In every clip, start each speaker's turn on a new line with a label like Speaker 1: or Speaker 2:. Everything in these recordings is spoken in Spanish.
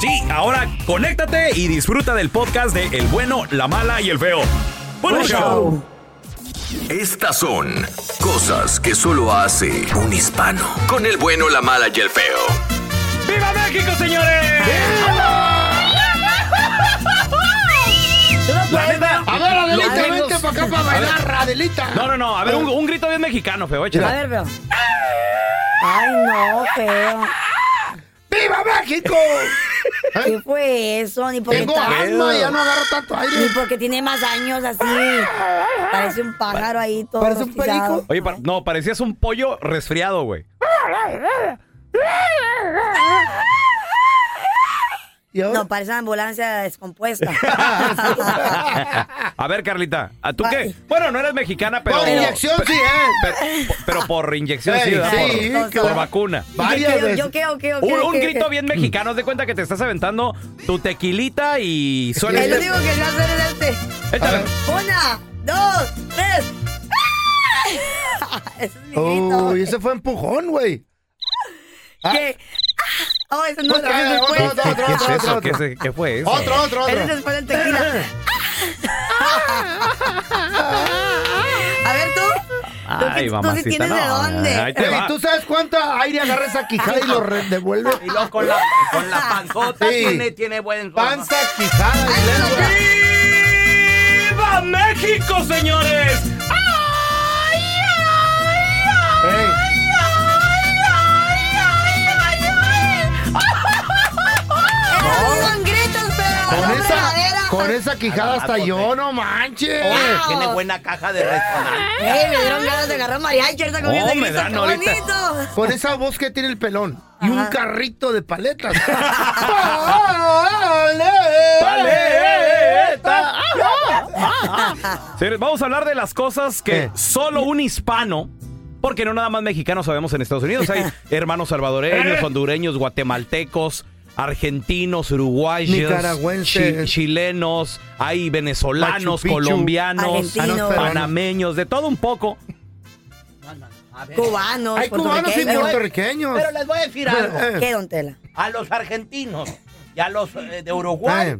Speaker 1: Sí, ahora conéctate y disfruta del podcast de El bueno, la mala y el feo. ¡Buen show!
Speaker 2: Estas son cosas que solo hace un hispano. Con el bueno, la mala y el feo.
Speaker 1: ¡Viva México, señores! La neta,
Speaker 3: A ver,
Speaker 1: los
Speaker 3: Adelita,
Speaker 1: gringos-
Speaker 3: vente para acá para
Speaker 1: A ver.
Speaker 3: bailar, Adelita.
Speaker 1: No, no, no. A ver, un, un grito bien mexicano, feo.
Speaker 4: A
Speaker 1: Échale.
Speaker 4: ver, veo. Ay, no, feo.
Speaker 3: ¡Viva México!
Speaker 4: ¿Qué fue eso? Ni porque,
Speaker 3: Tengo
Speaker 4: está-
Speaker 3: asma, ya no agarro tanto
Speaker 4: ni
Speaker 3: aire.
Speaker 4: porque tiene más años así. Parece un pájaro ahí todo.
Speaker 3: Parece un
Speaker 4: hostigado.
Speaker 3: perico.
Speaker 1: Oye, pa- no, parecías un pollo resfriado, güey.
Speaker 3: ¿Y ahora?
Speaker 4: No, parece una ambulancia descompuesta.
Speaker 1: A ver, Carlita, ¿a tú qué?
Speaker 4: Ay.
Speaker 1: Bueno, no eres mexicana, pero.
Speaker 3: Por inyección
Speaker 1: pe-
Speaker 3: sí
Speaker 4: ¿eh?
Speaker 1: pe- Pero, por inyección sí,
Speaker 3: Ey,
Speaker 1: ¿verdad?
Speaker 3: sí,
Speaker 1: por,
Speaker 3: claro.
Speaker 1: por vacuna.
Speaker 4: Yo-
Speaker 3: Varias veces.
Speaker 4: Yo qué, o qué, o qué,
Speaker 1: Un,
Speaker 4: o
Speaker 1: un
Speaker 4: qué,
Speaker 1: grito
Speaker 4: qué.
Speaker 1: bien mexicano, haz de cuenta que te estás aventando tu tequilita y suena.
Speaker 4: El
Speaker 1: este-
Speaker 4: Eh, único que se hacer es este.
Speaker 1: Échale.
Speaker 4: Una, dos, tres. Ese es mi grito.
Speaker 3: Uy,
Speaker 4: güey.
Speaker 3: ese fue empujón, güey.
Speaker 4: ¿Qué? Oh, eso no
Speaker 3: Otra,
Speaker 4: es
Speaker 3: otra,
Speaker 4: después.
Speaker 3: otra, otra,
Speaker 1: ¿Qué es
Speaker 3: otra,
Speaker 1: eso?
Speaker 3: otra.
Speaker 1: ¿Qué, es- qué fue eso?
Speaker 3: Otro, otro,
Speaker 4: Ese
Speaker 3: otro.
Speaker 4: es después del tequila. A ver tú. ¿Tú, qué- tú
Speaker 1: Ay,
Speaker 4: sí
Speaker 1: mamacita,
Speaker 4: tienes de
Speaker 1: no.
Speaker 4: dónde.
Speaker 1: Ahí te
Speaker 3: Ey,
Speaker 1: va.
Speaker 3: Eh, ¿Tú sabes cuánta aire agarra esa quijada y lo re- devuelve?
Speaker 5: Y luego con la, con la panzota
Speaker 3: Sí.
Speaker 5: tiene, tiene buen
Speaker 3: Panza, quijada y lengua.
Speaker 1: ¡Viva México, señores!
Speaker 3: Ey,
Speaker 4: Esos son gritos, pero
Speaker 3: Con
Speaker 4: son
Speaker 3: esa,
Speaker 4: verdaderas.
Speaker 3: con esa quijada hasta yo, no manches.
Speaker 5: pues, eh. Oye, tiene buena caja de restaurante.
Speaker 4: Ey, Eh, me dieron ganas de agarrar mariachi ahorita con
Speaker 1: Oh,
Speaker 4: ese
Speaker 1: me
Speaker 4: grito.
Speaker 1: dan
Speaker 4: ¡Qué
Speaker 1: ahorita.
Speaker 4: bonito!
Speaker 3: Con esa voz que tiene el pelón. Y un
Speaker 4: Ajá.
Speaker 3: carrito de paletas.
Speaker 1: Paleta. Señores, vamos a hablar de las cosas que
Speaker 3: Eh.
Speaker 1: solo un hispano, porque no nada más mexicanos sabemos en Estados Unidos, hay hermanos
Speaker 3: Eh.
Speaker 1: salvadoreños, hondureños, guatemaltecos, argentinos, uruguayos,
Speaker 3: Nicaragüenses.
Speaker 1: chi- chilenos, hay venezolanos,
Speaker 3: Machu Picchu. Ah,
Speaker 1: colombianos,
Speaker 4: Argentinos.
Speaker 1: panameños, de todo un poco.
Speaker 4: Cubanos,
Speaker 3: Hay cubanos y
Speaker 4: puertorriqueños.
Speaker 3: puertorriqueños. Eh,
Speaker 5: Pero les voy a decir algo.
Speaker 4: ¿Qué, don Tela?
Speaker 5: A los argentinos y a los eh, de Uruguay.
Speaker 3: Eh.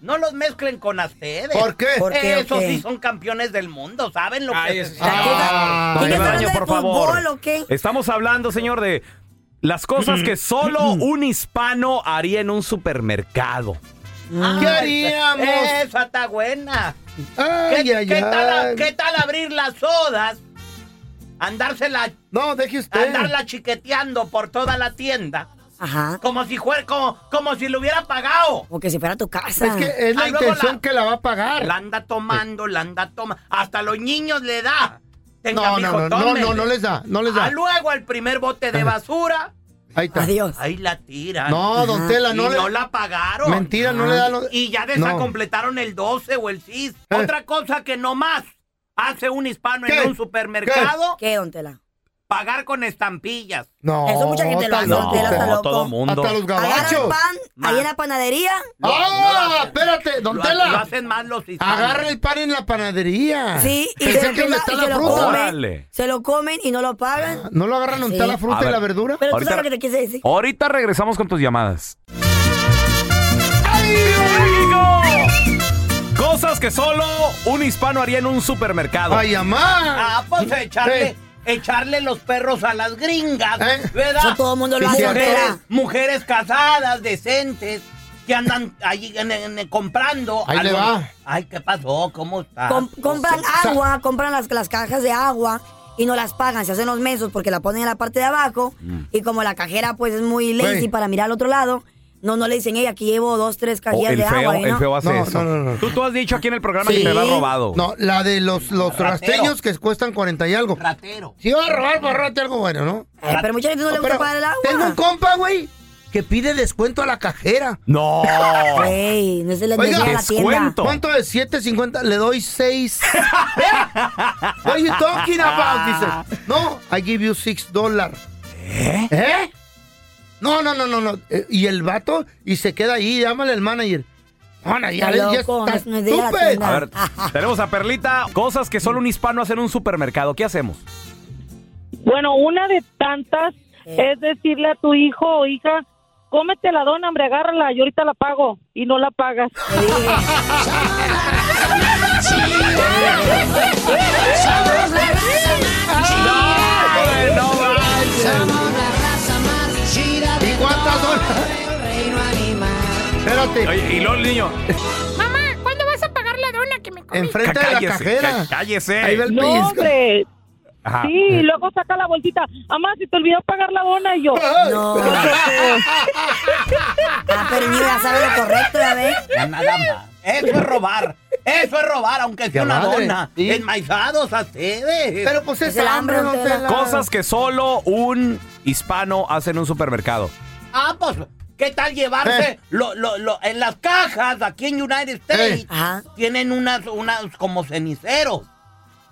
Speaker 5: No los mezclen con ustedes.
Speaker 3: ¿Por qué?
Speaker 4: ¿Por qué, o
Speaker 5: Esos
Speaker 4: qué?
Speaker 5: sí son campeones del mundo, ¿saben lo
Speaker 1: Ay,
Speaker 5: que
Speaker 1: es-
Speaker 5: se-
Speaker 4: ¿Qué-
Speaker 3: Ah,
Speaker 4: ¿Qué
Speaker 1: Don
Speaker 4: qué está
Speaker 1: Telaraño,
Speaker 4: hablando de
Speaker 1: por favor.
Speaker 4: fútbol o qué?
Speaker 1: Estamos hablando, señor, de las cosas
Speaker 3: Mm.
Speaker 1: que solo un hispano haría en un supermercado.
Speaker 5: Ay,
Speaker 3: ¿Qué haríamos?
Speaker 4: eh,
Speaker 5: Esa está buena.
Speaker 3: Ay,
Speaker 5: ¿Qué,
Speaker 3: ay,
Speaker 5: qué
Speaker 3: ay.
Speaker 5: tal, qué tal abrir las sodas? Andarse la-
Speaker 3: No, deje usted.
Speaker 5: andarla chiqueteando por toda la tienda.
Speaker 4: Ajá.
Speaker 5: Como si fuera, como, como si lo hubiera pagado.
Speaker 4: Como que si fuera tu casa.
Speaker 3: Es que es la
Speaker 5: Ah, luego
Speaker 3: intención
Speaker 5: la-
Speaker 3: que la va a pagar.
Speaker 5: La anda tomando, la anda tomando. Hasta a los niños le da. Tenga,
Speaker 3: No,
Speaker 5: mijo,
Speaker 3: no, no, no,
Speaker 5: tómele.
Speaker 3: no, no les da, no les
Speaker 5: Ah,
Speaker 3: da.
Speaker 5: luego el primer bote de basura,
Speaker 3: Ahí está.
Speaker 4: Adiós.
Speaker 5: ahí la tiran.
Speaker 3: No, don Tela,
Speaker 5: y
Speaker 3: no
Speaker 5: no,
Speaker 3: le.
Speaker 5: la pagaron.
Speaker 3: Mentira, no le da. lo-
Speaker 5: Y ya
Speaker 3: No. Eh.
Speaker 5: desacompletaron el 12 o el CIS. Otra cosa que no más hace un hispano
Speaker 3: ¿Qué?
Speaker 5: en un supermercado,
Speaker 4: ¿Qué, don Tela?
Speaker 5: pagar con estampillas.
Speaker 3: No.
Speaker 4: Eso mucha gente lo
Speaker 3: está
Speaker 4: hace, don
Speaker 3: loco.
Speaker 4: Tela, está loco.
Speaker 1: todo mundo.
Speaker 3: Hasta los
Speaker 4: Agarra el
Speaker 3: gabachos.
Speaker 4: pan ahí
Speaker 5: Ma.
Speaker 4: en la panadería.
Speaker 3: ¡Ah! Espérate, don
Speaker 5: Lo, ha- lo
Speaker 3: Tela.
Speaker 5: hacen más los hispanos.
Speaker 3: Agarra el pan en la panadería.
Speaker 4: Sí, y se,
Speaker 3: Ah. Pensé
Speaker 4: lo
Speaker 3: que donde
Speaker 4: empieza-
Speaker 3: está
Speaker 4: y se
Speaker 3: la
Speaker 4: lo
Speaker 3: fruta.
Speaker 1: Órale.
Speaker 4: comen. Se lo comen y no lo pagan.
Speaker 3: ¿No lo agarran donde está
Speaker 4: Sí.
Speaker 3: la
Speaker 1: A
Speaker 3: fruta y
Speaker 1: ver.
Speaker 3: la verdura?
Speaker 4: Pero
Speaker 1: Ahorita-
Speaker 4: tú sabes lo que te quise decir.
Speaker 1: Ahorita regresamos con tus llamadas. Cosas que solo un hispano haría en un supermercado.
Speaker 3: ¡Ay, mamá!
Speaker 5: Ah, pues echarle,
Speaker 3: Eh.
Speaker 5: echarle los perros a las gringas,
Speaker 3: Eh.
Speaker 5: ¿verdad?
Speaker 4: Eso todo el mundo lo hace,
Speaker 3: Sí,
Speaker 4: don
Speaker 3: cierto.
Speaker 5: mujeres,
Speaker 4: Tela.
Speaker 5: mujeres casadas, decentes, que andan ahí en- en- comprando.
Speaker 3: Ahí
Speaker 5: a
Speaker 3: le
Speaker 5: los-
Speaker 3: va. Ah,
Speaker 5: Ay, ¿qué pasó? ¿Cómo está?
Speaker 4: Com- compran agua, compran las, las cajas de agua y no las pagan, se hacen los mesos porque la ponen en la parte de abajo
Speaker 1: Mm.
Speaker 4: y como la cajera pues es muy lazy
Speaker 3: Güey.
Speaker 4: para mirar al otro lado, no, no le dicen, ella aquí llevo dos, tres
Speaker 1: O
Speaker 4: cajillas
Speaker 1: Oh, el
Speaker 4: de
Speaker 1: feo,
Speaker 4: agua. ¿eh,
Speaker 1: el
Speaker 4: no?
Speaker 1: feo hace
Speaker 3: No,
Speaker 1: eso.
Speaker 3: no, no, no.
Speaker 1: Tú, tú has dicho aquí en el programa
Speaker 4: Sí.
Speaker 1: que te lo has robado.
Speaker 3: No, la de los, los
Speaker 5: Ratero.
Speaker 3: trasteños que cuestan 40 y algo.
Speaker 5: Ratero.
Speaker 3: Si vas a robar, pues róbate algo bueno, ¿no? Oh,
Speaker 4: Eh, pero mucha gente no le gusta
Speaker 3: Pero
Speaker 4: pagar el agua.
Speaker 3: Tengo un compa, güey, que pide descuento a la cajera.
Speaker 1: No.
Speaker 4: Güey, no se les
Speaker 3: Oiga,
Speaker 4: llega a la tienda.
Speaker 1: descuento.
Speaker 3: ¿Cuánto es? 7.50, le doy 6. What are you talking about? Dice, no, I give you 6 dólares. ¿Eh? No, no, no, no, no. Eh, Y el vato, y se queda ahí, llámale al manager. No, no,
Speaker 4: Está
Speaker 3: ya, ya
Speaker 4: loco,
Speaker 3: está
Speaker 4: no es de la
Speaker 3: estúpido.
Speaker 4: tienda.
Speaker 1: A ver, tenemos a Perlita. Cosas que solo un hispano hace en un supermercado. ¿Qué hacemos?
Speaker 6: Bueno, una de tantas
Speaker 4: Eh.
Speaker 6: es decirle a tu hijo o hija, cómete la dona, hombre, agárrala, yo ahorita la pago y no la pagas.
Speaker 4: Te dije.
Speaker 3: ¿Y cuántas dólares? Espérate,
Speaker 1: Oye, y luego el niño.
Speaker 7: Mamá, ¿cuándo vas a pagar la dona que me comí?
Speaker 3: enfrente de la
Speaker 1: cállese,
Speaker 3: cajera.
Speaker 1: cá- cállese.
Speaker 3: Ahí va el Ah.
Speaker 6: No,
Speaker 3: pellizco.
Speaker 6: hombre.
Speaker 1: Ajá. Eh.
Speaker 6: Sí, y luego saca la bolsita. Mamá, se te olvidó pagar la dona y yo.
Speaker 4: No. Ah, pero ni ya sabe lo correcto, ya ves.
Speaker 5: Ya nada más. Eso es robar. Eso es robar, aunque sea
Speaker 3: Ya
Speaker 5: una
Speaker 3: madre,
Speaker 5: dona.
Speaker 3: sí.
Speaker 5: Enmaizados a ustedes.
Speaker 3: Pero pues es,
Speaker 4: Es el
Speaker 3: hambre,
Speaker 4: hambre,
Speaker 3: don
Speaker 4: Tela.
Speaker 3: Tela.
Speaker 1: Cosas que solo un hispano hace en un supermercado.
Speaker 5: Ah, pues, ¿qué tal llevarse
Speaker 3: Eh.
Speaker 5: lo, lo, lo- en las cajas aquí en United States?
Speaker 3: Eh.
Speaker 4: Ajá.
Speaker 5: Tienen unas, unas como ceniceros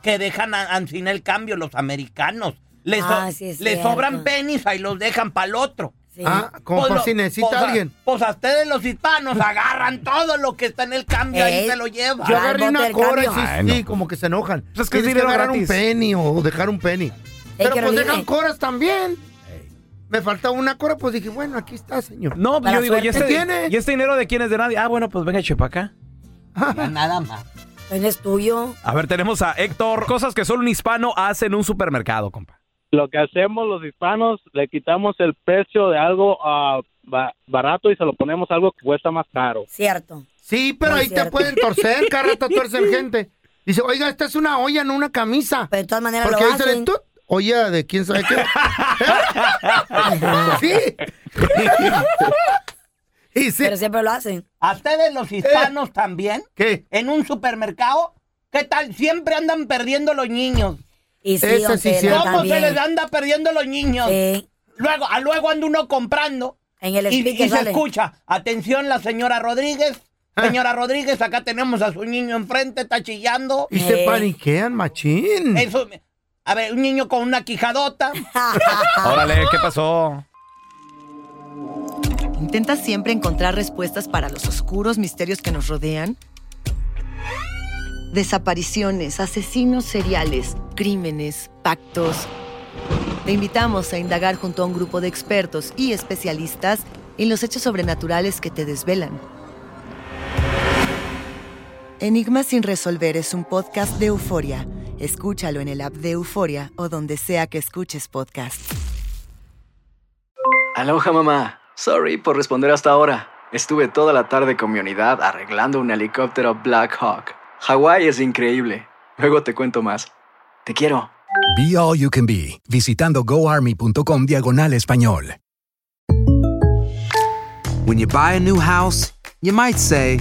Speaker 5: que dejan a- al sin el cambio los americanos. Les, so-
Speaker 4: Ah, sí, es
Speaker 5: les
Speaker 4: cierto.
Speaker 5: sobran penis y los dejan para el otro.
Speaker 4: Sí.
Speaker 3: Ah, como
Speaker 5: Pues
Speaker 3: por
Speaker 5: lo-
Speaker 3: si necesita
Speaker 5: pues a-
Speaker 3: alguien.
Speaker 5: Pues a ustedes los hispanos agarran todo lo que está en el cambio
Speaker 4: Ey.
Speaker 5: y se lo llevan.
Speaker 3: Yo
Speaker 4: Ah,
Speaker 3: agarré
Speaker 4: bote
Speaker 3: una
Speaker 4: del
Speaker 3: cobra y sí,
Speaker 4: cambio.
Speaker 1: Ay, no,
Speaker 3: sí,
Speaker 1: pues.
Speaker 3: como que se enojan.
Speaker 1: Pues es que
Speaker 3: Tienes
Speaker 1: es
Speaker 3: que
Speaker 1: dinero
Speaker 3: agarrar un
Speaker 1: gratis.
Speaker 3: penny o dejar un penny. Pero
Speaker 4: que
Speaker 3: pues
Speaker 4: lo
Speaker 3: dejan
Speaker 4: libre.
Speaker 3: coras también. Me faltaba una cora, pues dije, bueno, aquí está, señor.
Speaker 1: No,
Speaker 4: Para
Speaker 1: yo digo, ¿y
Speaker 4: suerte.
Speaker 1: este,
Speaker 3: ¿Tiene?
Speaker 1: ¿y este dinero de quién es de nadie? Ah, bueno, pues venga, chepa acá.
Speaker 5: Ya nada más.
Speaker 4: Pues no es tuyo.
Speaker 1: A ver, tenemos a Héctor. Cosas que solo un hispano hace en un supermercado, compa.
Speaker 8: lo que hacemos los hispanos, le quitamos el precio de algo ah, ba- barato y se lo ponemos a algo que cuesta más caro.
Speaker 4: Cierto.
Speaker 3: Sí, pero
Speaker 4: Muy
Speaker 3: ahí te
Speaker 4: cierto.
Speaker 3: pueden torcer, cada rato tuercen gente. Dice, oiga, esta es una olla, no una camisa.
Speaker 4: Pero de todas maneras
Speaker 3: Porque
Speaker 4: lo
Speaker 3: ahí sale
Speaker 4: hacen.
Speaker 3: tut, olla de quién sabe qué. sí. y sí.
Speaker 4: Pero siempre lo hacen.
Speaker 5: ¿A ustedes los hispanos también?
Speaker 3: ¿Qué?
Speaker 5: ¿En un supermercado? ¿Qué tal? Siempre andan perdiendo los niños.
Speaker 4: Y sí,
Speaker 3: Ese
Speaker 4: don
Speaker 3: sí
Speaker 4: Tela,
Speaker 3: cierto.
Speaker 5: ¿Cómo se
Speaker 4: también.
Speaker 5: les anda perdiendo los niños?
Speaker 4: Sí.
Speaker 5: Luego, a luego anda uno comprando
Speaker 4: En el
Speaker 5: y,
Speaker 4: speaker
Speaker 5: y se
Speaker 4: sale.
Speaker 5: escucha. Atención, la señora Rodríguez.
Speaker 3: Ah.
Speaker 5: Señora Rodríguez, acá tenemos a su niño enfrente, está chillando.
Speaker 3: Y se
Speaker 4: Eh.
Speaker 3: paniquean, machín.
Speaker 5: Eso, a ver, un niño con una quijadota.
Speaker 1: Órale, ¿qué pasó?
Speaker 9: ¿Intentas siempre encontrar respuestas para los oscuros misterios que nos rodean? Desapariciones, asesinos seriales, crímenes, pactos, Te invitamos a indagar junto a un grupo de expertos y especialistas en los hechos sobrenaturales que te desvelan. Enigma sin resolver es un podcast de euforia. Escúchalo en el app de Euforia o donde sea que escuches podcasts.
Speaker 10: Aloha mamá. Sorry por responder hasta ahora. Estuve toda la tarde con mi unidad arreglando un helicóptero Black Hawk. Hawái es increíble. Luego te cuento más. Te quiero.
Speaker 11: Be All You Can Be, visitando goarmy.com diagonal español.
Speaker 12: When you buy a new house, you might say,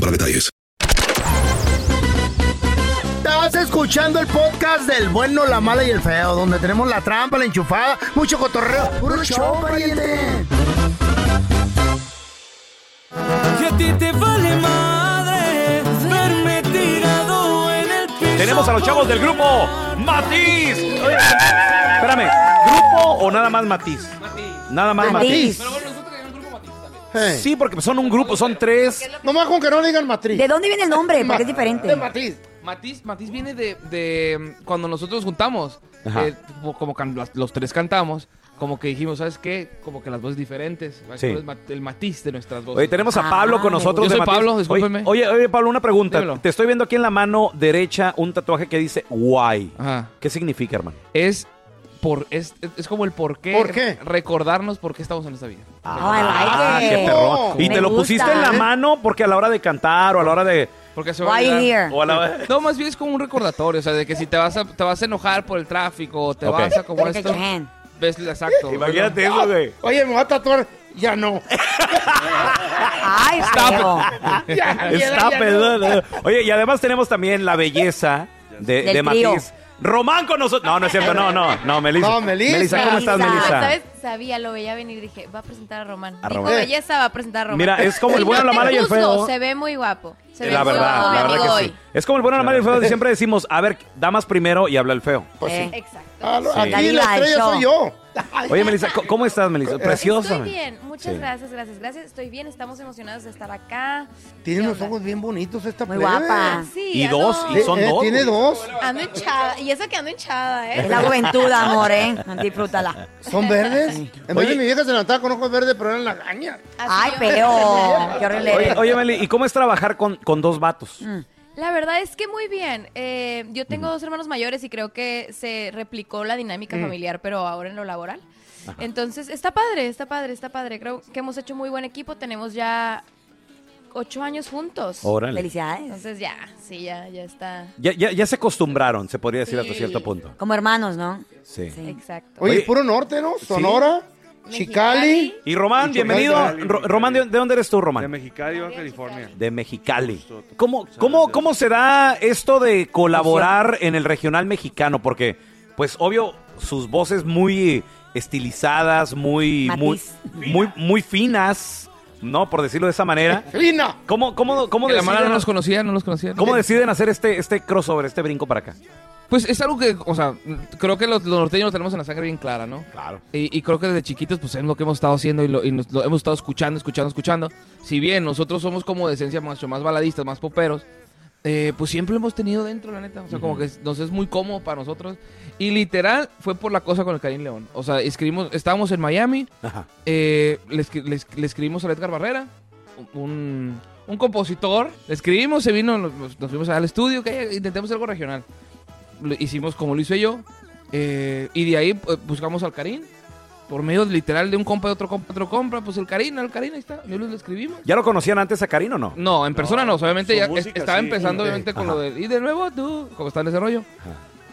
Speaker 13: para detalles.
Speaker 3: Estás escuchando el podcast del bueno, la mala y el feo, donde tenemos la trampa, la enchufada, mucho cotorreo. ¡Puro show, pariente!
Speaker 14: Que a ti te vale madre verme tirado en el piso.
Speaker 1: Tenemos a los chavos del grupo Matiz. Oye, espérame, ¿grupo o nada más Matiz? Nada más Matiz. Sí, porque son un grupo, son tres.
Speaker 3: Nomás con que no le digan matriz.
Speaker 4: ¿De dónde viene el nombre? Porque es diferente. De
Speaker 3: Matiz.
Speaker 15: Matiz, Matiz viene de, de mm, cuando nosotros juntamos,
Speaker 1: Ajá.
Speaker 15: eh, como- como can- las- los tres cantamos, como que dijimos, ¿sabes qué? Como que las voces diferentes, ¿cuál
Speaker 1: Sí.
Speaker 15: es ma- el matiz de nuestras voces.
Speaker 1: Oye, tenemos a Pablo con
Speaker 15: Ah,
Speaker 1: nosotros.
Speaker 15: Yo
Speaker 1: de
Speaker 15: soy
Speaker 1: Matiz.
Speaker 15: Pablo,
Speaker 1: Oye,
Speaker 15: discúlpeme.
Speaker 1: Oye, oye, Pablo, una pregunta.
Speaker 15: Dímelo.
Speaker 1: Te estoy viendo aquí en la mano derecha un tatuaje que dice guay. ¿Qué significa, hermano?
Speaker 15: Es por es, es como el por qué,
Speaker 3: ¿Por qué?
Speaker 15: recordarnos por qué estamos en esta vida.
Speaker 1: Ah, qué perrón. Y te lo pusiste en la mano porque a la hora de cantar o a la hora de.
Speaker 15: Porque se va a
Speaker 1: ¿eh? Why
Speaker 15: olvidar.
Speaker 1: here? O a la-
Speaker 15: No, más bien es como un recordatorio, o sea, de que si te vas a, te vas a enojar por el tráfico o te
Speaker 1: Ok.
Speaker 15: vas a como
Speaker 1: Porque
Speaker 15: esto,
Speaker 1: can.
Speaker 15: ves exacto.
Speaker 1: Imagínate eso, güey.
Speaker 3: Oye, me va a tatuar. Ya no.
Speaker 4: Ay,
Speaker 15: Ah,
Speaker 1: Stop it. Stop it. Oye, y además tenemos también la belleza de,
Speaker 16: Del
Speaker 1: de
Speaker 16: trío.
Speaker 1: Matiz. Román con nosotros. No, no es cierto, no, no, no, Melissa.
Speaker 3: No, Melissa.
Speaker 1: ¿cómo estás, Melissa?
Speaker 16: ¿Sabes? Sabía, lo veía venir. Dije, va a presentar a Román.
Speaker 1: A
Speaker 16: Dijo,
Speaker 1: Román.
Speaker 16: belleza, va a presentar a Román.
Speaker 1: Mira, es como el
Speaker 16: Y
Speaker 1: bueno,
Speaker 16: no
Speaker 1: la
Speaker 16: te
Speaker 1: mala y el
Speaker 16: juzgo,
Speaker 1: feo. Eh,
Speaker 16: Se ve muy guapo. Se ve
Speaker 1: La
Speaker 16: muy guapo,
Speaker 1: verdad,
Speaker 16: mi
Speaker 1: la verdad
Speaker 16: amigo
Speaker 1: que
Speaker 16: hoy.
Speaker 1: sí. Es como el bueno, la mala y el feo. Siempre decimos, a ver, damas primero y habla el feo.
Speaker 16: Eh, Exacto.
Speaker 1: Pues Sí. Ah,
Speaker 3: Aquí la estrella soy yo.
Speaker 1: Oye, Melissa, ¿cómo- ¿cómo estás, Melissa? Preciosa.
Speaker 16: Estoy bien, muchas
Speaker 1: Sí.
Speaker 16: gracias, gracias, gracias. Estoy bien, estamos emocionados de estar acá.
Speaker 3: Tiene unos ojos bien bonitos esta
Speaker 16: Muy
Speaker 3: plebe. Eh,
Speaker 16: guapa. Sí, Y ando- dos, y son dos,
Speaker 3: Tiene
Speaker 16: güey.
Speaker 3: dos.
Speaker 16: Ando hinchada, y eso que ando hinchada, ¿eh?
Speaker 4: Es la juventud, amor, ¿eh? Disfrútala.
Speaker 3: ¿Son verdes? En vez de mi vieja se levantaba con ojos verdes, pero eran la caña.
Speaker 4: Ay, peor. Qué horrible.
Speaker 1: Oye, oye, Meli, ¿y cómo es trabajar con, con dos vatos?
Speaker 16: Mm. La verdad es que muy bien. Eh, yo tengo dos hermanos mayores y creo que se replicó la dinámica
Speaker 1: Mm.
Speaker 16: familiar, pero ahora en lo laboral.
Speaker 1: Ajá.
Speaker 16: Entonces, está padre, está padre, está padre. Creo que hemos hecho muy buen equipo. Tenemos ya ocho años juntos.
Speaker 1: Órale.
Speaker 4: Felicidades.
Speaker 16: Entonces, ya, sí, ya, ya está.
Speaker 1: Ya, ya, ya se acostumbraron, se podría decir hasta
Speaker 16: Sí.
Speaker 1: cierto punto.
Speaker 4: Como hermanos, ¿no?
Speaker 1: Sí.
Speaker 16: Exacto.
Speaker 3: Oye,
Speaker 1: Oye,
Speaker 3: puro norte, ¿no? Sonora, Chicali.
Speaker 1: Y Román, bienvenido. Ro- Román, ¿de, de dónde eres tú, Román? De
Speaker 17: Mexicali, Baja California.
Speaker 1: De Mexicali. ¿Cómo, cómo, ¿Cómo se da esto de colaborar en el regional mexicano? Porque, pues, obvio, sus voces muy estilizadas, muy, muy,
Speaker 3: Matiz.
Speaker 1: muy, muy finas, ¿no? Por decirlo de esa manera.
Speaker 3: Fina.
Speaker 1: ¿Cómo, cómo, cómo
Speaker 15: Que la mala no
Speaker 1: deciden-
Speaker 15: los conocía, no los conocía. Eh,
Speaker 1: ¿Cómo deciden hacer este, este crossover, este brinco para acá?
Speaker 15: Pues es algo que, o sea, creo que los, los norteños lo tenemos en la sangre bien clara, ¿no?
Speaker 1: Claro.
Speaker 15: Y, y creo que desde chiquitos, pues es lo que hemos estado haciendo y, lo, y nos- lo hemos estado escuchando, escuchando, escuchando. Si bien nosotros somos como de esencia mucho más baladistas, más poperos, eh, pues siempre lo hemos tenido dentro, la neta. O sea, como que es- nos es muy cómodo para nosotros. Y literal fue por la cosa con el Karim León. O sea, escribimos, estábamos en Miami, eh, le, escri- le escri- le escribimos a Edgar Barrera, un, un compositor. Le escribimos, se vino, nos, nos fuimos al estudio, que intentemos algo regional. Lo hicimos como lo hice yo. eh, y de ahí pues, buscamos eh, al Karim. por medio literal de un compa de otro compa, otro compra, pues el Karina, el Karina, ahí está, yo lo escribimos.
Speaker 1: ¿Ya lo conocían antes a Karina o no?
Speaker 15: No, en persona no, obviamente
Speaker 1: su
Speaker 15: ya
Speaker 1: música,
Speaker 15: es- estaba
Speaker 1: sí.
Speaker 15: empezando
Speaker 1: Ok.
Speaker 15: obviamente con
Speaker 1: Ajá.
Speaker 15: lo de y de nuevo tú, como está en ese rollo.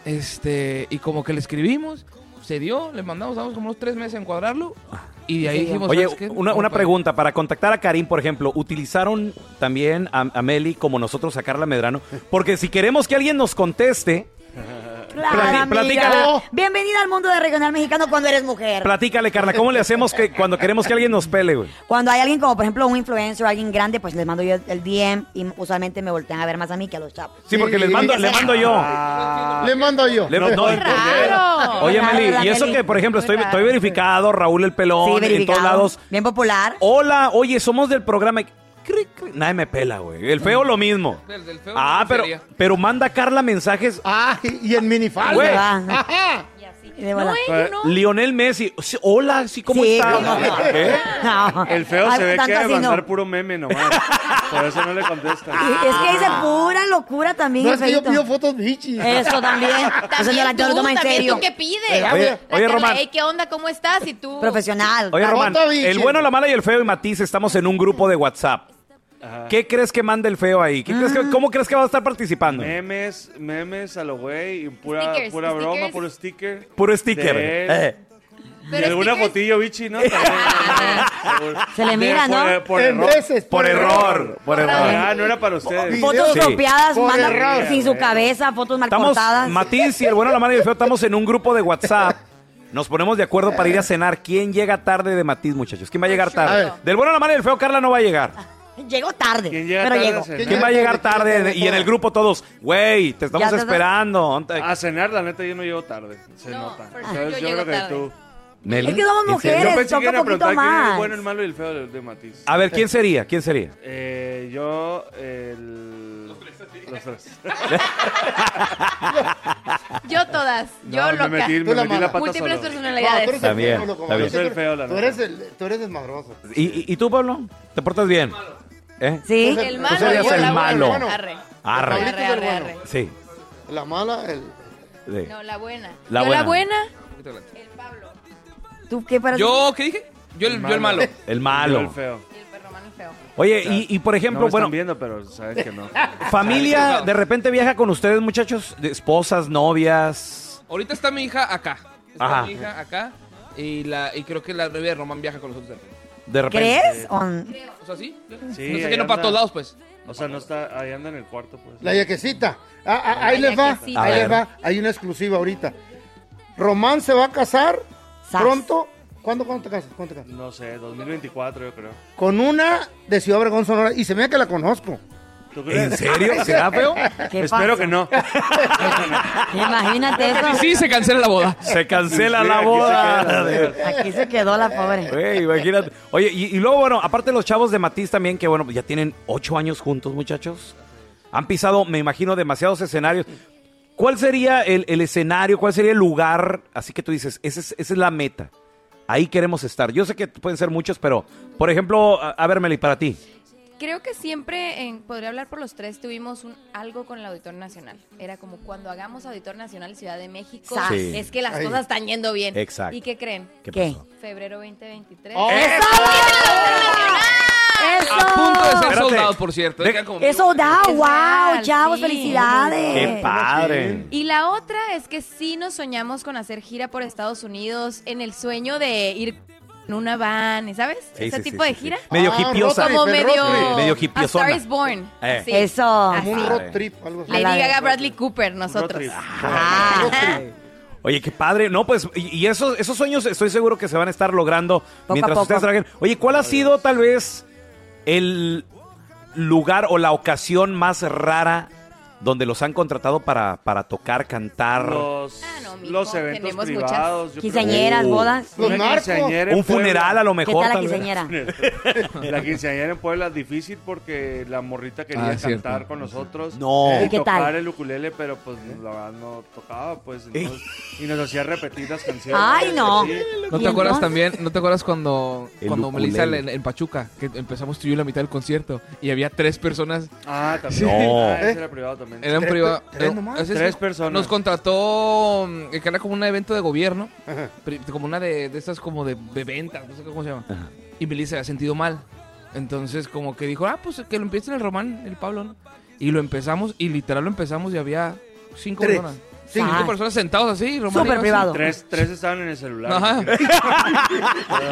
Speaker 15: Este, y como que le escribimos, se dio, le mandamos, damos como unos tres meses en cuadrarlo
Speaker 1: Ah.
Speaker 15: y de ahí dijimos,
Speaker 1: Oye,
Speaker 15: "¿Sabes qué?
Speaker 1: una,
Speaker 15: Vamos
Speaker 1: una
Speaker 15: para-
Speaker 1: pregunta. Para contactar a Karim, por ejemplo, ¿utilizaron también a, a Meli como nosotros a Carla Medrano? Porque si queremos que alguien nos conteste,
Speaker 4: Claro,
Speaker 1: Platí- platícala.
Speaker 4: amiga. Bienvenida al mundo de regional mexicano cuando eres mujer.
Speaker 1: platícale, Carla, ¿cómo le hacemos que cuando queremos que alguien nos pele, güey?
Speaker 4: Cuando hay alguien como, por ejemplo, un influencer, alguien grande, pues les mando yo el DM y usualmente me voltean a ver más a mí que a los chavos.
Speaker 1: Sí, porque les mando, le mando yo.
Speaker 3: Le mando yo.
Speaker 1: Le- no, no,
Speaker 4: raro.
Speaker 1: Oye,
Speaker 4: Muy
Speaker 1: Meli,
Speaker 4: raro,
Speaker 1: y eso
Speaker 4: Meli.
Speaker 1: que, por ejemplo,
Speaker 4: Muy
Speaker 1: estoy,
Speaker 4: raro.
Speaker 1: estoy verificado, Raúl el pelón,
Speaker 4: Sí,
Speaker 1: en todos
Speaker 4: verificado.
Speaker 1: lados.
Speaker 4: Bien popular.
Speaker 1: Hola, oye, somos del programa. Cri, cri. Nadie me pela, güey. El feo lo mismo. ah, pero, pero manda Carla mensajes.
Speaker 3: Ah, y en minifalda. Ah,
Speaker 1: Güey.
Speaker 3: Ajá.
Speaker 4: No,
Speaker 1: Eh, Lionel Messi. Sí, Hola, sí, ¿cómo
Speaker 4: Sí,
Speaker 1: estás?
Speaker 4: ¿cómo no?
Speaker 1: ¿Eh?
Speaker 17: El feo
Speaker 4: Ay,
Speaker 17: se ve que
Speaker 4: tanto así
Speaker 17: va a mandar
Speaker 4: no.
Speaker 17: puro meme nomás. Por eso no le contesta.
Speaker 4: Y Es que dice pura locura también.
Speaker 3: No, es que yo
Speaker 4: feíto.
Speaker 3: pido fotos bichis.
Speaker 4: Eso también. Eso no la- yo lo tomo en
Speaker 16: también
Speaker 4: serio.
Speaker 16: tú que pides.
Speaker 1: Oye, oye,
Speaker 16: La Carla,
Speaker 1: Román.
Speaker 16: "Ey, ¿Qué onda? ¿Cómo estás? Y tú...
Speaker 4: Profesional.
Speaker 1: Oye, Román, el bueno, la mala y el feo y Matiz estamos en un grupo de WhatsApp. ¿Qué crees que manda el feo ahí? ¿Qué crees
Speaker 4: Ah.
Speaker 1: que- ¿Cómo crees que va a estar participando?
Speaker 17: Memes, memes a lo güey, y pura,
Speaker 16: Stickers,
Speaker 17: pura broma,
Speaker 16: stickers.
Speaker 17: puro sticker.
Speaker 1: Puro sticker.
Speaker 17: de él.
Speaker 1: eh.
Speaker 17: Y alguna fotillo, bichi, ¿no?
Speaker 4: Se le mira,
Speaker 17: por-
Speaker 4: ¿no?
Speaker 17: por
Speaker 4: En
Speaker 17: error.
Speaker 4: veces, por
Speaker 1: Por error. Por error.
Speaker 17: Ah, no era para ustedes.
Speaker 4: Fotos
Speaker 1: Sí.
Speaker 4: copiadas,
Speaker 17: Por
Speaker 4: manda
Speaker 17: error.
Speaker 4: sin su cabeza, fotos mal
Speaker 1: Estamos,
Speaker 4: cortadas.
Speaker 1: Matiz y el bueno, la mala y el feo, estamos en un grupo de WhatsApp. Nos ponemos de acuerdo para ir a cenar. ¿Quién llega tarde de Matiz, muchachos? ¿Quién va a llegar tarde? Del bueno, la mala y el feo, Carla no va a llegar.
Speaker 4: Llego tarde, pero
Speaker 17: tarde
Speaker 4: llego.
Speaker 17: a cenar?
Speaker 1: ¿Quién va a llegar tarde? Y en el grupo todos, güey, te estamos
Speaker 17: Ya te-
Speaker 1: esperando.
Speaker 17: A cenar, la neta, yo no llego tarde. Se nota.
Speaker 4: por
Speaker 17: Entonces,
Speaker 4: ejemplo,
Speaker 17: yo
Speaker 4: yo
Speaker 17: creo
Speaker 4: llego
Speaker 17: que
Speaker 4: tarde.
Speaker 17: tú.
Speaker 1: Meli.
Speaker 4: Es que somos
Speaker 1: ¿En serio?
Speaker 4: mujeres,
Speaker 17: Yo pensé que
Speaker 4: toca
Speaker 17: era
Speaker 4: un poquito
Speaker 17: preguntar quién era el
Speaker 4: más.
Speaker 17: bueno, el malo y el feo de, de Matiz.
Speaker 1: A ver, ¿quién sería? ¿Quién sería?
Speaker 17: Eh, yo, el... Los tres.
Speaker 16: Yo todas. Yo
Speaker 17: No,
Speaker 16: loca.
Speaker 17: me metí, me metí la pata
Speaker 16: Múltiples
Speaker 17: solo.
Speaker 16: personalidades.
Speaker 3: tú eres el
Speaker 1: También,
Speaker 3: feo, loco.
Speaker 1: también.
Speaker 3: Yo soy el feo, la
Speaker 1: Tú
Speaker 3: neta. eres el- Tú eres desmadroso.
Speaker 1: ¿Y, y, y tú, Pablo? ¿Te portas bien? ¿Eh?
Speaker 3: Sí.
Speaker 1: Tú
Speaker 3: El malo,
Speaker 1: serías
Speaker 3: yo
Speaker 1: el
Speaker 3: la buena,
Speaker 1: malo.
Speaker 3: hermano.
Speaker 16: Arre.
Speaker 1: Arre.
Speaker 3: Pablito es el
Speaker 16: Arre,
Speaker 3: bueno.
Speaker 16: arre.
Speaker 1: Sí.
Speaker 3: La mala, el...
Speaker 1: sí.
Speaker 16: No, la buena.
Speaker 1: La
Speaker 16: yo
Speaker 1: buena.
Speaker 16: la buena.
Speaker 4: ¿Tú qué para
Speaker 15: Yo, ¿qué dije? Yo el, yo el malo.
Speaker 1: El malo.
Speaker 17: Yo el feo.
Speaker 1: Oye, y, y, por
Speaker 17: no
Speaker 1: ejemplo,
Speaker 17: me
Speaker 1: bueno,
Speaker 17: están viendo, pero sabes que no.
Speaker 1: familia de repente viaja con ustedes, muchachos, de esposas, novias.
Speaker 15: Ahorita está mi hija acá. Está
Speaker 1: Ajá.
Speaker 15: mi hija acá. Y, la, y creo que la novia de Román viaja con nosotros.
Speaker 1: De repente.
Speaker 4: ¿Crees? ¿O
Speaker 15: O sea, sí.
Speaker 17: Sí,
Speaker 15: no sé
Speaker 17: ahí
Speaker 15: qué no para
Speaker 17: anda.
Speaker 15: todos lados, pues.
Speaker 17: O sea, no está... Ahí anda en el cuarto, pues.
Speaker 3: La yaquecita. Ah, ah, ahí
Speaker 17: La
Speaker 3: les va.
Speaker 17: yaquecita.
Speaker 3: Ahí
Speaker 17: A
Speaker 3: les
Speaker 17: ver.
Speaker 3: va. Hay una exclusiva ahorita. Román se va a casar pronto. ¿Cuándo, cuándo te casas? ¿Cuándo te casas?
Speaker 17: No sé, 2024 yo creo.
Speaker 3: Con una de Ciudad Obregón, Sonora. Y se me da que la conozco.
Speaker 17: ¿Tú crees?
Speaker 3: ¿En serio? ¿Será feo? ¿Qué
Speaker 17: Espero
Speaker 3: pasa?
Speaker 17: que no.
Speaker 4: Imagínate eso.
Speaker 15: Sí, se cancela la boda.
Speaker 1: Se cancela
Speaker 17: Sí,
Speaker 1: la
Speaker 17: aquí se queda,
Speaker 1: boda.
Speaker 4: Aquí se quedó la pobre.
Speaker 1: Güey, imagínate. Oye, y, y luego, bueno, aparte los chavos de Matiz también, que bueno, ya tienen ocho años juntos, muchachos. Han pisado, me imagino, demasiados escenarios. ¿Cuál sería el, el escenario? ¿Cuál sería el lugar? Así que tú dices, ese es- esa es la meta. Ahí queremos estar. Yo sé que pueden ser muchos, pero, por ejemplo, a, a ver, Meli, para ti.
Speaker 16: Creo que siempre, en, podría hablar por los tres, tuvimos un, algo con el Auditor Nacional. Era como cuando hagamos Auditor Nacional Ciudad de México,
Speaker 1: Sas. Sí.
Speaker 16: es que las
Speaker 1: Ahí.
Speaker 16: cosas están yendo bien.
Speaker 1: Exacto.
Speaker 16: ¿Y qué creen?
Speaker 1: ¿Qué ¿Qué? pasó?
Speaker 16: Febrero 2023.
Speaker 1: ¡Oh!
Speaker 15: A
Speaker 1: Ah.
Speaker 15: punto de ser
Speaker 1: Espérate.
Speaker 15: sold out, por cierto.
Speaker 1: De-
Speaker 15: Quedan como-
Speaker 4: Eso da,
Speaker 16: Es
Speaker 4: wow,
Speaker 16: real,
Speaker 4: chavos,
Speaker 16: sí.
Speaker 4: felicidades.
Speaker 1: ¡Qué padre!
Speaker 16: Y la otra es que sí nos soñamos con hacer gira por Estados Unidos en el sueño de ir en una van, ¿sabes?
Speaker 1: Sí,
Speaker 16: Ese
Speaker 1: sí, sí,
Speaker 16: tipo de
Speaker 1: sí, sí.
Speaker 16: gira.
Speaker 1: Medio Ah, hipiosa.
Speaker 16: Como
Speaker 1: road trip,
Speaker 16: medio...
Speaker 1: road trip. Medio
Speaker 16: A Star
Speaker 1: hipiosona.
Speaker 16: is Born.
Speaker 1: Eh.
Speaker 16: así.
Speaker 4: Eso.
Speaker 16: Así.
Speaker 1: un road trip,
Speaker 3: algo
Speaker 16: Lady Gaga, Bradley Cooper, nosotros. Ah.
Speaker 15: Ah.
Speaker 1: Oye, qué padre. No, pues, y, y esos, esos sueños estoy seguro que se van a estar logrando
Speaker 15: a
Speaker 1: mientras
Speaker 15: poco.
Speaker 1: ustedes trabajen. Oye, ¿cuál ha sido tal vez el lugar o la ocasión más rara donde los han contratado para, para tocar, cantar?
Speaker 17: Los,
Speaker 4: Ah,
Speaker 17: los eventos
Speaker 16: tenemos
Speaker 17: privados.
Speaker 16: muchas.
Speaker 17: yo creo.
Speaker 4: Quinceañeras,
Speaker 1: Uh.
Speaker 4: bodas.
Speaker 17: Una quinceañera en
Speaker 1: Un funeral
Speaker 17: Puebla.
Speaker 1: a lo mejor.
Speaker 4: ¿Qué tal la
Speaker 1: tal vez.
Speaker 4: quinceañera?
Speaker 17: La quinceañera en Puebla es difícil porque la morrita quería
Speaker 1: Ah, es cierto.
Speaker 17: cantar con nosotros.
Speaker 1: No.
Speaker 17: Y
Speaker 1: ¿Y qué
Speaker 17: tocar
Speaker 1: tal?
Speaker 17: el ukulele, pero pues
Speaker 15: ¿Eh?
Speaker 17: la verdad no tocaba, pues. entonces- y nos hacía repetir las canciones.
Speaker 4: Ay, no.
Speaker 17: Sí.
Speaker 15: ¿No
Speaker 4: ¿Y
Speaker 15: te acuerdas
Speaker 4: entonces?
Speaker 15: también? ¿No te acuerdas cuando,
Speaker 17: El
Speaker 15: cuando
Speaker 17: ukulele.
Speaker 15: Melissa en, en Pachuca? Que empezamos tú y yo en la mitad del concierto y había tres personas.
Speaker 17: Ah,
Speaker 15: Sí.
Speaker 17: también. Ah, ese era privado solamente.
Speaker 15: Era un
Speaker 17: Tres
Speaker 15: privado.
Speaker 17: per- Tres
Speaker 15: no,
Speaker 17: nomás.
Speaker 15: ese es-
Speaker 17: Tres personas.
Speaker 15: Nos contrató, mm, que era como un evento de gobierno, pri- como una de, de estas como de, de ventas, no sé cómo se llama. Y Melissa se había sentido mal. Entonces como que dijo, ah, pues que lo empiecen el Román, el Pablo, ¿no? Y lo empezamos, y literal lo empezamos y había cinco
Speaker 17: Tres.
Speaker 15: personas. Cinco
Speaker 17: Ah.
Speaker 15: personas sentados así, Román. iba así.
Speaker 17: Tres, tres estaban en el celular.
Speaker 15: Ajá.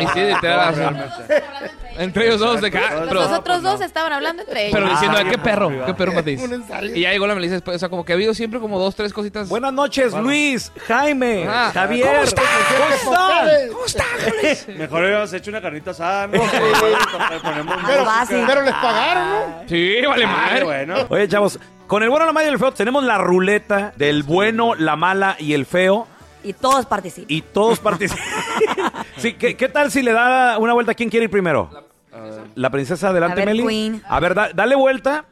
Speaker 15: Y sí, literal, así. Entre ellos dos de cada.
Speaker 16: Los otros dos estaban hablando entre ellos.
Speaker 15: Pero diciendo, "Ay, qué perro,
Speaker 1: privado.
Speaker 15: qué perro Matiz.
Speaker 1: Ah, Un ensayo.
Speaker 15: Y ya llegó la Melissa después. O sea, como que ha habido siempre como dos, tres cositas. Buenas
Speaker 1: noches, Luis, Jaime, Javier.
Speaker 15: ¿Cómo están?
Speaker 1: ¿Cómo están?
Speaker 15: ¿Cómo
Speaker 17: Mejor habíamos hecho una carnita asada. ¿no? Ponemos
Speaker 14: Pero-
Speaker 17: música.
Speaker 14: pero les pagaron, ¿no?
Speaker 15: Sí, vale madre.
Speaker 1: Oye, chavos, con el bueno, la mala y el feo tenemos la ruleta del bueno, la mala y el feo.
Speaker 4: Y todos participan.
Speaker 1: Y todos participan. sí, ¿qué, qué tal si le da una vuelta? ¿Quién quiere ir primero? La princesa, adelante,
Speaker 4: A ver,
Speaker 1: Meli.
Speaker 4: Queen.
Speaker 1: A ver, da- dale vuelta.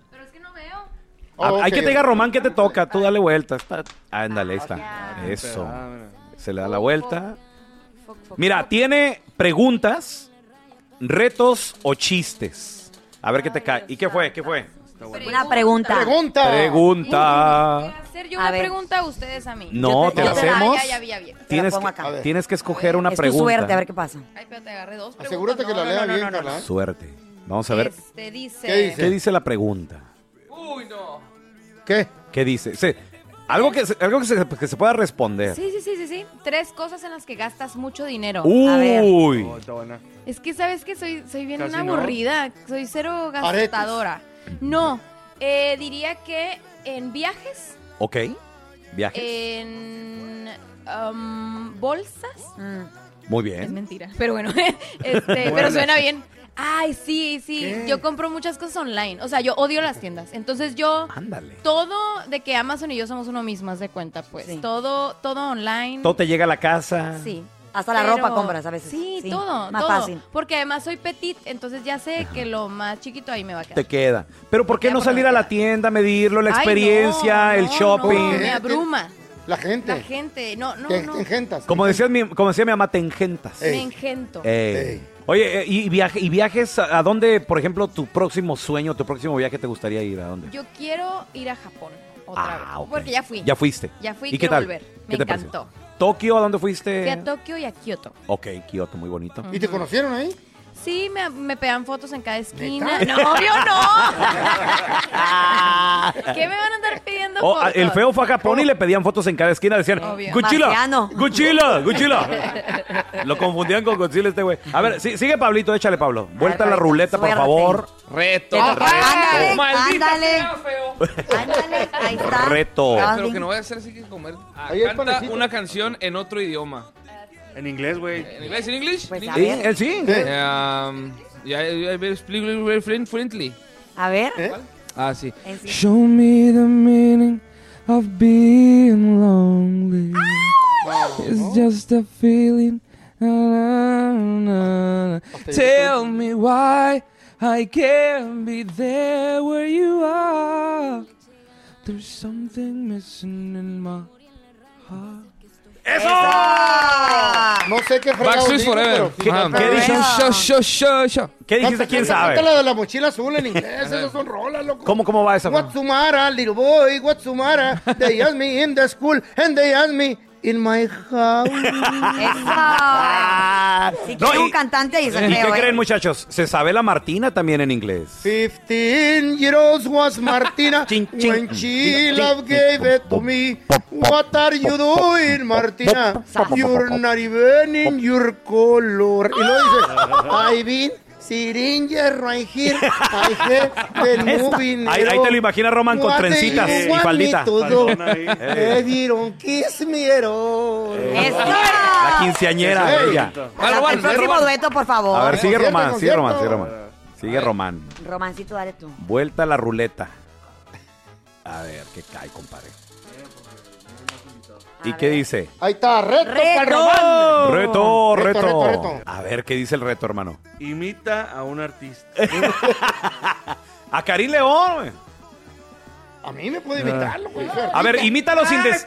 Speaker 1: Ah,
Speaker 14: Ok.
Speaker 1: Hay que te diga Román que te toca, tú dale vuelta. Está- Ándale, ahí está. Eso. Se le da la vuelta. Mira, tiene preguntas, retos o chistes. A ver qué te cae. ¿Y qué fue? ¿Qué fue?
Speaker 4: Una pregunta.
Speaker 14: Pregunta.
Speaker 1: Pregunta.
Speaker 16: Hacer yo una pregunta a ustedes a mí.
Speaker 1: No, te la
Speaker 16: Ah, ya,
Speaker 1: hacemos.
Speaker 16: Ya, ya, vi, ya, vi.
Speaker 1: Tienes
Speaker 4: Te la pongo
Speaker 1: que,
Speaker 4: acá.
Speaker 1: tienes que escoger una
Speaker 4: es
Speaker 1: pregunta.
Speaker 4: tu suerte, a ver qué pasa.
Speaker 16: Ay, pero te agarré dos preguntas.
Speaker 4: Asegúrate que la lea bien, Carla.
Speaker 1: Suerte. Vamos a ver.
Speaker 16: Este dice...
Speaker 1: ¿Ah? ¿Qué dice? la pregunta?
Speaker 16: Uy, no.
Speaker 1: ¿Qué? ¿Qué dice? Sí, Algo, que, se- algo que, se, que se pueda responder.
Speaker 16: Sí, sí, sí, sí, sí. Tres cosas en las que gastas mucho dinero. A ver.
Speaker 1: Uy.
Speaker 16: Es que sabes que soy, soy bien
Speaker 1: Casi
Speaker 16: una
Speaker 1: no.
Speaker 16: aburrida, soy cero
Speaker 1: Aretes.
Speaker 16: gastadora. No, eh, diría que en viajes,
Speaker 1: Ok. Viaje.
Speaker 16: en um, bolsas.
Speaker 1: Muy
Speaker 16: Es
Speaker 1: bien.
Speaker 16: mentira, pero bueno, este, pero
Speaker 1: Bueno.
Speaker 16: suena bien. Ay, sí, sí, yo compro muchas cosas online. O sea, yo odio las tiendas. Entonces yo,
Speaker 1: Ándale.
Speaker 16: todo de que Amazon y yo somos uno mismas de cuenta, pues. Todo, todo online.
Speaker 1: Todo te llega a la casa.
Speaker 16: Sí.
Speaker 4: Hasta la
Speaker 16: Pero-
Speaker 4: ropa compras a veces.
Speaker 16: Sí, todo.
Speaker 4: Más
Speaker 16: todo.
Speaker 4: fácil.
Speaker 16: Porque además soy petit, entonces ya sé que lo más chiquito ahí me va a quedar.
Speaker 1: Te queda. Pero ¿por qué no salir a la tienda, medirlo, la
Speaker 16: Ay,
Speaker 1: experiencia,
Speaker 16: no,
Speaker 1: el
Speaker 16: no,
Speaker 1: shopping?
Speaker 16: no, me abruma. La gente. La gente. No, no,
Speaker 1: Te-
Speaker 16: no.
Speaker 1: te Como, decía mi, como decía mi mamá, te engentas.
Speaker 16: Me engento.
Speaker 1: Ey. Oye, eh, y, viaje- ¿y viajes a, a dónde, por ejemplo, tu próximo sueño, tu próximo viaje te gustaría ir? ¿A dónde?
Speaker 16: Yo quiero ir a Japón otra
Speaker 1: Ah,
Speaker 16: vez.
Speaker 1: ok.
Speaker 16: Porque ya fui.
Speaker 1: Ya fuiste.
Speaker 16: Ya fui
Speaker 1: ¿Y
Speaker 16: y
Speaker 1: qué
Speaker 16: quiero
Speaker 1: tal?
Speaker 16: volver.
Speaker 1: ¿Qué
Speaker 16: Me
Speaker 1: te pareció? Eh.
Speaker 16: encantó.
Speaker 1: ¿Tokio? ¿A dónde fuiste?
Speaker 16: Fui a Tokio y a Kioto.
Speaker 1: Ok, Kioto, muy bonito.
Speaker 16: ¿Y te
Speaker 3: conocieron ahí?
Speaker 16: Sí, me, me pegan fotos en cada esquina.
Speaker 14: ¿Neta?
Speaker 16: No, yo
Speaker 1: Ah.
Speaker 16: no. ¿Qué me van a andar pidiendo
Speaker 1: Oh,
Speaker 16: fotos?
Speaker 1: el feo fue a Japón y le pedían fotos en cada esquina. Decían,
Speaker 16: Obvio.
Speaker 1: ¡Guchila!
Speaker 16: Marciano.
Speaker 1: ¡Guchila! ¡Guchila! Lo confundían con Godzilla este güey. A ver, sí- sigue Pablito, échale Pablo. Vuelta a la ruleta, por
Speaker 15: suerte.
Speaker 1: favor.
Speaker 15: Reto.
Speaker 1: Reto.
Speaker 4: Ándale.
Speaker 15: Ahí
Speaker 4: está.
Speaker 1: Reto.
Speaker 15: pero que no voy a hacer así que comer. Ah,
Speaker 17: Ahí es
Speaker 15: canta
Speaker 17: panecito.
Speaker 15: una canción en otro idioma.
Speaker 17: En inglés, güey.
Speaker 15: ¿En inglés? ¿En inglés?
Speaker 17: Pues,
Speaker 15: ¿En
Speaker 17: a
Speaker 15: inglés?
Speaker 17: ver. ¿Eh? Sí.
Speaker 15: Eh, um, yeah, yeah, very spli- very- very friend- friendly.
Speaker 4: A ver.
Speaker 15: Ah, sí.
Speaker 14: Show me the meaning of being lonely. It's just a feeling. Na, na, na. Tell me why I can't be there where you are. There's something missing in my heart.
Speaker 1: Ah.
Speaker 3: No sé qué fregado
Speaker 15: Backstreet
Speaker 3: dijo,
Speaker 15: Forever.
Speaker 3: pero
Speaker 15: Ajá. Yo,
Speaker 3: fíjate.
Speaker 15: yo, yo, yo.
Speaker 3: Canta- canta- Canta la de la mochila azul en inglés, esas son rolas, loco.
Speaker 1: ¿Cómo, cómo va esa?
Speaker 3: Watsumara, little boy, Watsumara, they asked me in the school and they asked me in my house.
Speaker 4: Si
Speaker 1: Ah. No,
Speaker 4: quiero
Speaker 1: y-
Speaker 4: un cantante ahí
Speaker 1: ¿Y
Speaker 4: se
Speaker 1: qué
Speaker 4: creo, ¿eh?
Speaker 1: creen, muchachos? Se sabe la Martina también en inglés.
Speaker 3: 15 years was Martina when she love gave it to me. What are you doing, Martina? You're not even in your color. Y luego dice, I've been sitting here right here. I have been
Speaker 1: Esta.
Speaker 3: moving.
Speaker 1: Ahí- ahí te lo imaginas, Roman, con
Speaker 3: What do you
Speaker 1: trencitas y
Speaker 3: want me
Speaker 1: faldita.
Speaker 3: to do?
Speaker 1: Faldona ahí.
Speaker 3: Eh, they don't kiss me at all.
Speaker 1: Eh. La quinceañera de
Speaker 3: Ey.
Speaker 1: ella.
Speaker 4: El próximo dueto, por favor.
Speaker 1: A ver, sigue
Speaker 4: Concierto,
Speaker 1: Román, sigue
Speaker 4: concierto.
Speaker 1: Román, sigue Román. Sigue Román.
Speaker 4: Romancito, dale tú.
Speaker 1: Vuelta a la ruleta. A ver, qué cae, compadre. ¿Y qué dice?
Speaker 3: Ahí está, reto, para
Speaker 4: Reto.
Speaker 3: Román.
Speaker 1: Reto, reto,
Speaker 3: reto, reto.
Speaker 1: A ver, ¿qué dice el reto, hermano?
Speaker 17: Imita a un artista.
Speaker 1: A Karim León. güey.
Speaker 3: A mí me puede imitarlo, güey.
Speaker 1: Ah.
Speaker 3: Ah,
Speaker 1: A ver, imítalo sin, des-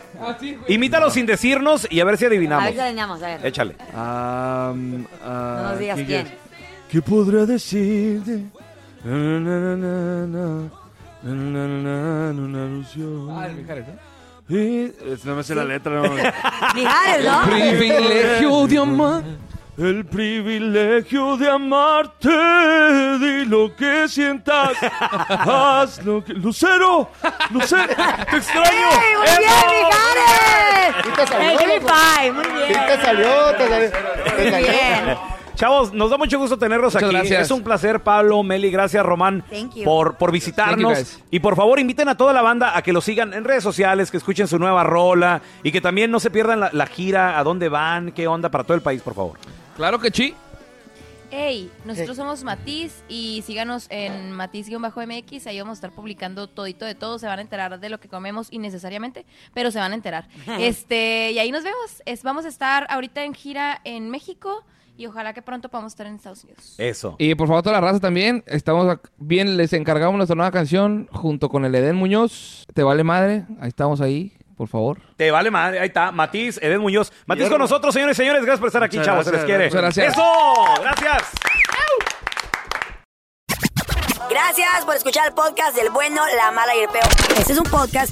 Speaker 1: imítalo sin decirnos y a ver si
Speaker 4: A
Speaker 1: adivinamos.
Speaker 4: ver, dañamos, a ver.
Speaker 1: Échale.
Speaker 15: ah,
Speaker 4: No nos digas quién.
Speaker 14: ¿Qué podrá decirte? Na, na, na, na, na,
Speaker 17: na, na, na, ilusión.
Speaker 15: Ah, el Mijares, ¿no?
Speaker 17: Y- es- No me sé la letra, no.
Speaker 4: Mijares,
Speaker 15: ¿no?
Speaker 17: El
Speaker 15: Privilegio de amar.
Speaker 17: El privilegio de amarte. Di lo que sientas. Haz lo que. Lucero. Lucero. Te extraño.
Speaker 4: ¡Ey, muy bien,
Speaker 17: Sí
Speaker 4: Mijares!
Speaker 17: te salió,
Speaker 4: El Creepy Pie, muy bien. Muy bien.
Speaker 1: Chavos, nos da mucho gusto tenerlos
Speaker 15: Muchas
Speaker 1: aquí.
Speaker 15: gracias.
Speaker 1: Es un placer, Pablo, Meli, gracias, Román,
Speaker 4: Thank you.
Speaker 1: por,
Speaker 15: Thank
Speaker 1: por
Speaker 15: you,
Speaker 1: visitarnos.
Speaker 15: guys.
Speaker 1: Y por favor, inviten a toda la banda a que lo sigan en redes sociales, que escuchen su nueva rola y que también no se pierdan la, la gira, a dónde van, qué onda para todo el país, por favor.
Speaker 15: Claro que sí.
Speaker 16: Hey, nosotros somos Matiz y síganos en Matiz-MX. Ahí vamos a estar publicando todito de todo. Se van a enterar de lo que comemos innecesariamente, pero se van a enterar. este Y ahí nos vemos. Es, vamos a estar ahorita en gira en México y ojalá que pronto podamos estar en Estados Unidos.
Speaker 1: Eso.
Speaker 15: Y por favor, toda la raza también. Estamos ac- bien, les encargamos nuestra nueva canción junto con el Edén Muñoz. Te vale madre. Ahí estamos ahí, por favor.
Speaker 1: Te vale madre, ahí está, Matiz, Edén Muñoz. Matiz
Speaker 15: Hierba.
Speaker 1: con nosotros, señores y señores. Gracias por estar aquí,
Speaker 15: Muchas
Speaker 1: chavos, se
Speaker 15: gracias,
Speaker 1: les quiere.
Speaker 15: muchas gracias.
Speaker 1: ¡Eso! ¡Gracias!
Speaker 4: Gracias por escuchar el podcast del bueno, la mala y el peor. Este es un podcast